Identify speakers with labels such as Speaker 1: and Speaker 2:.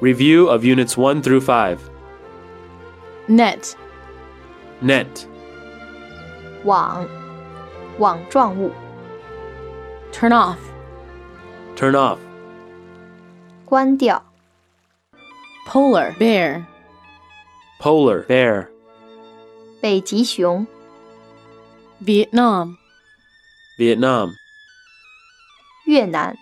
Speaker 1: Review of Units 1 through 5.
Speaker 2: net
Speaker 1: Net.
Speaker 2: 网网状物，turn off
Speaker 1: Turn off.
Speaker 2: 关掉，polar bear
Speaker 1: Polar. Bear.
Speaker 2: 北极熊，Vietnam
Speaker 1: Vietnam.
Speaker 2: 越南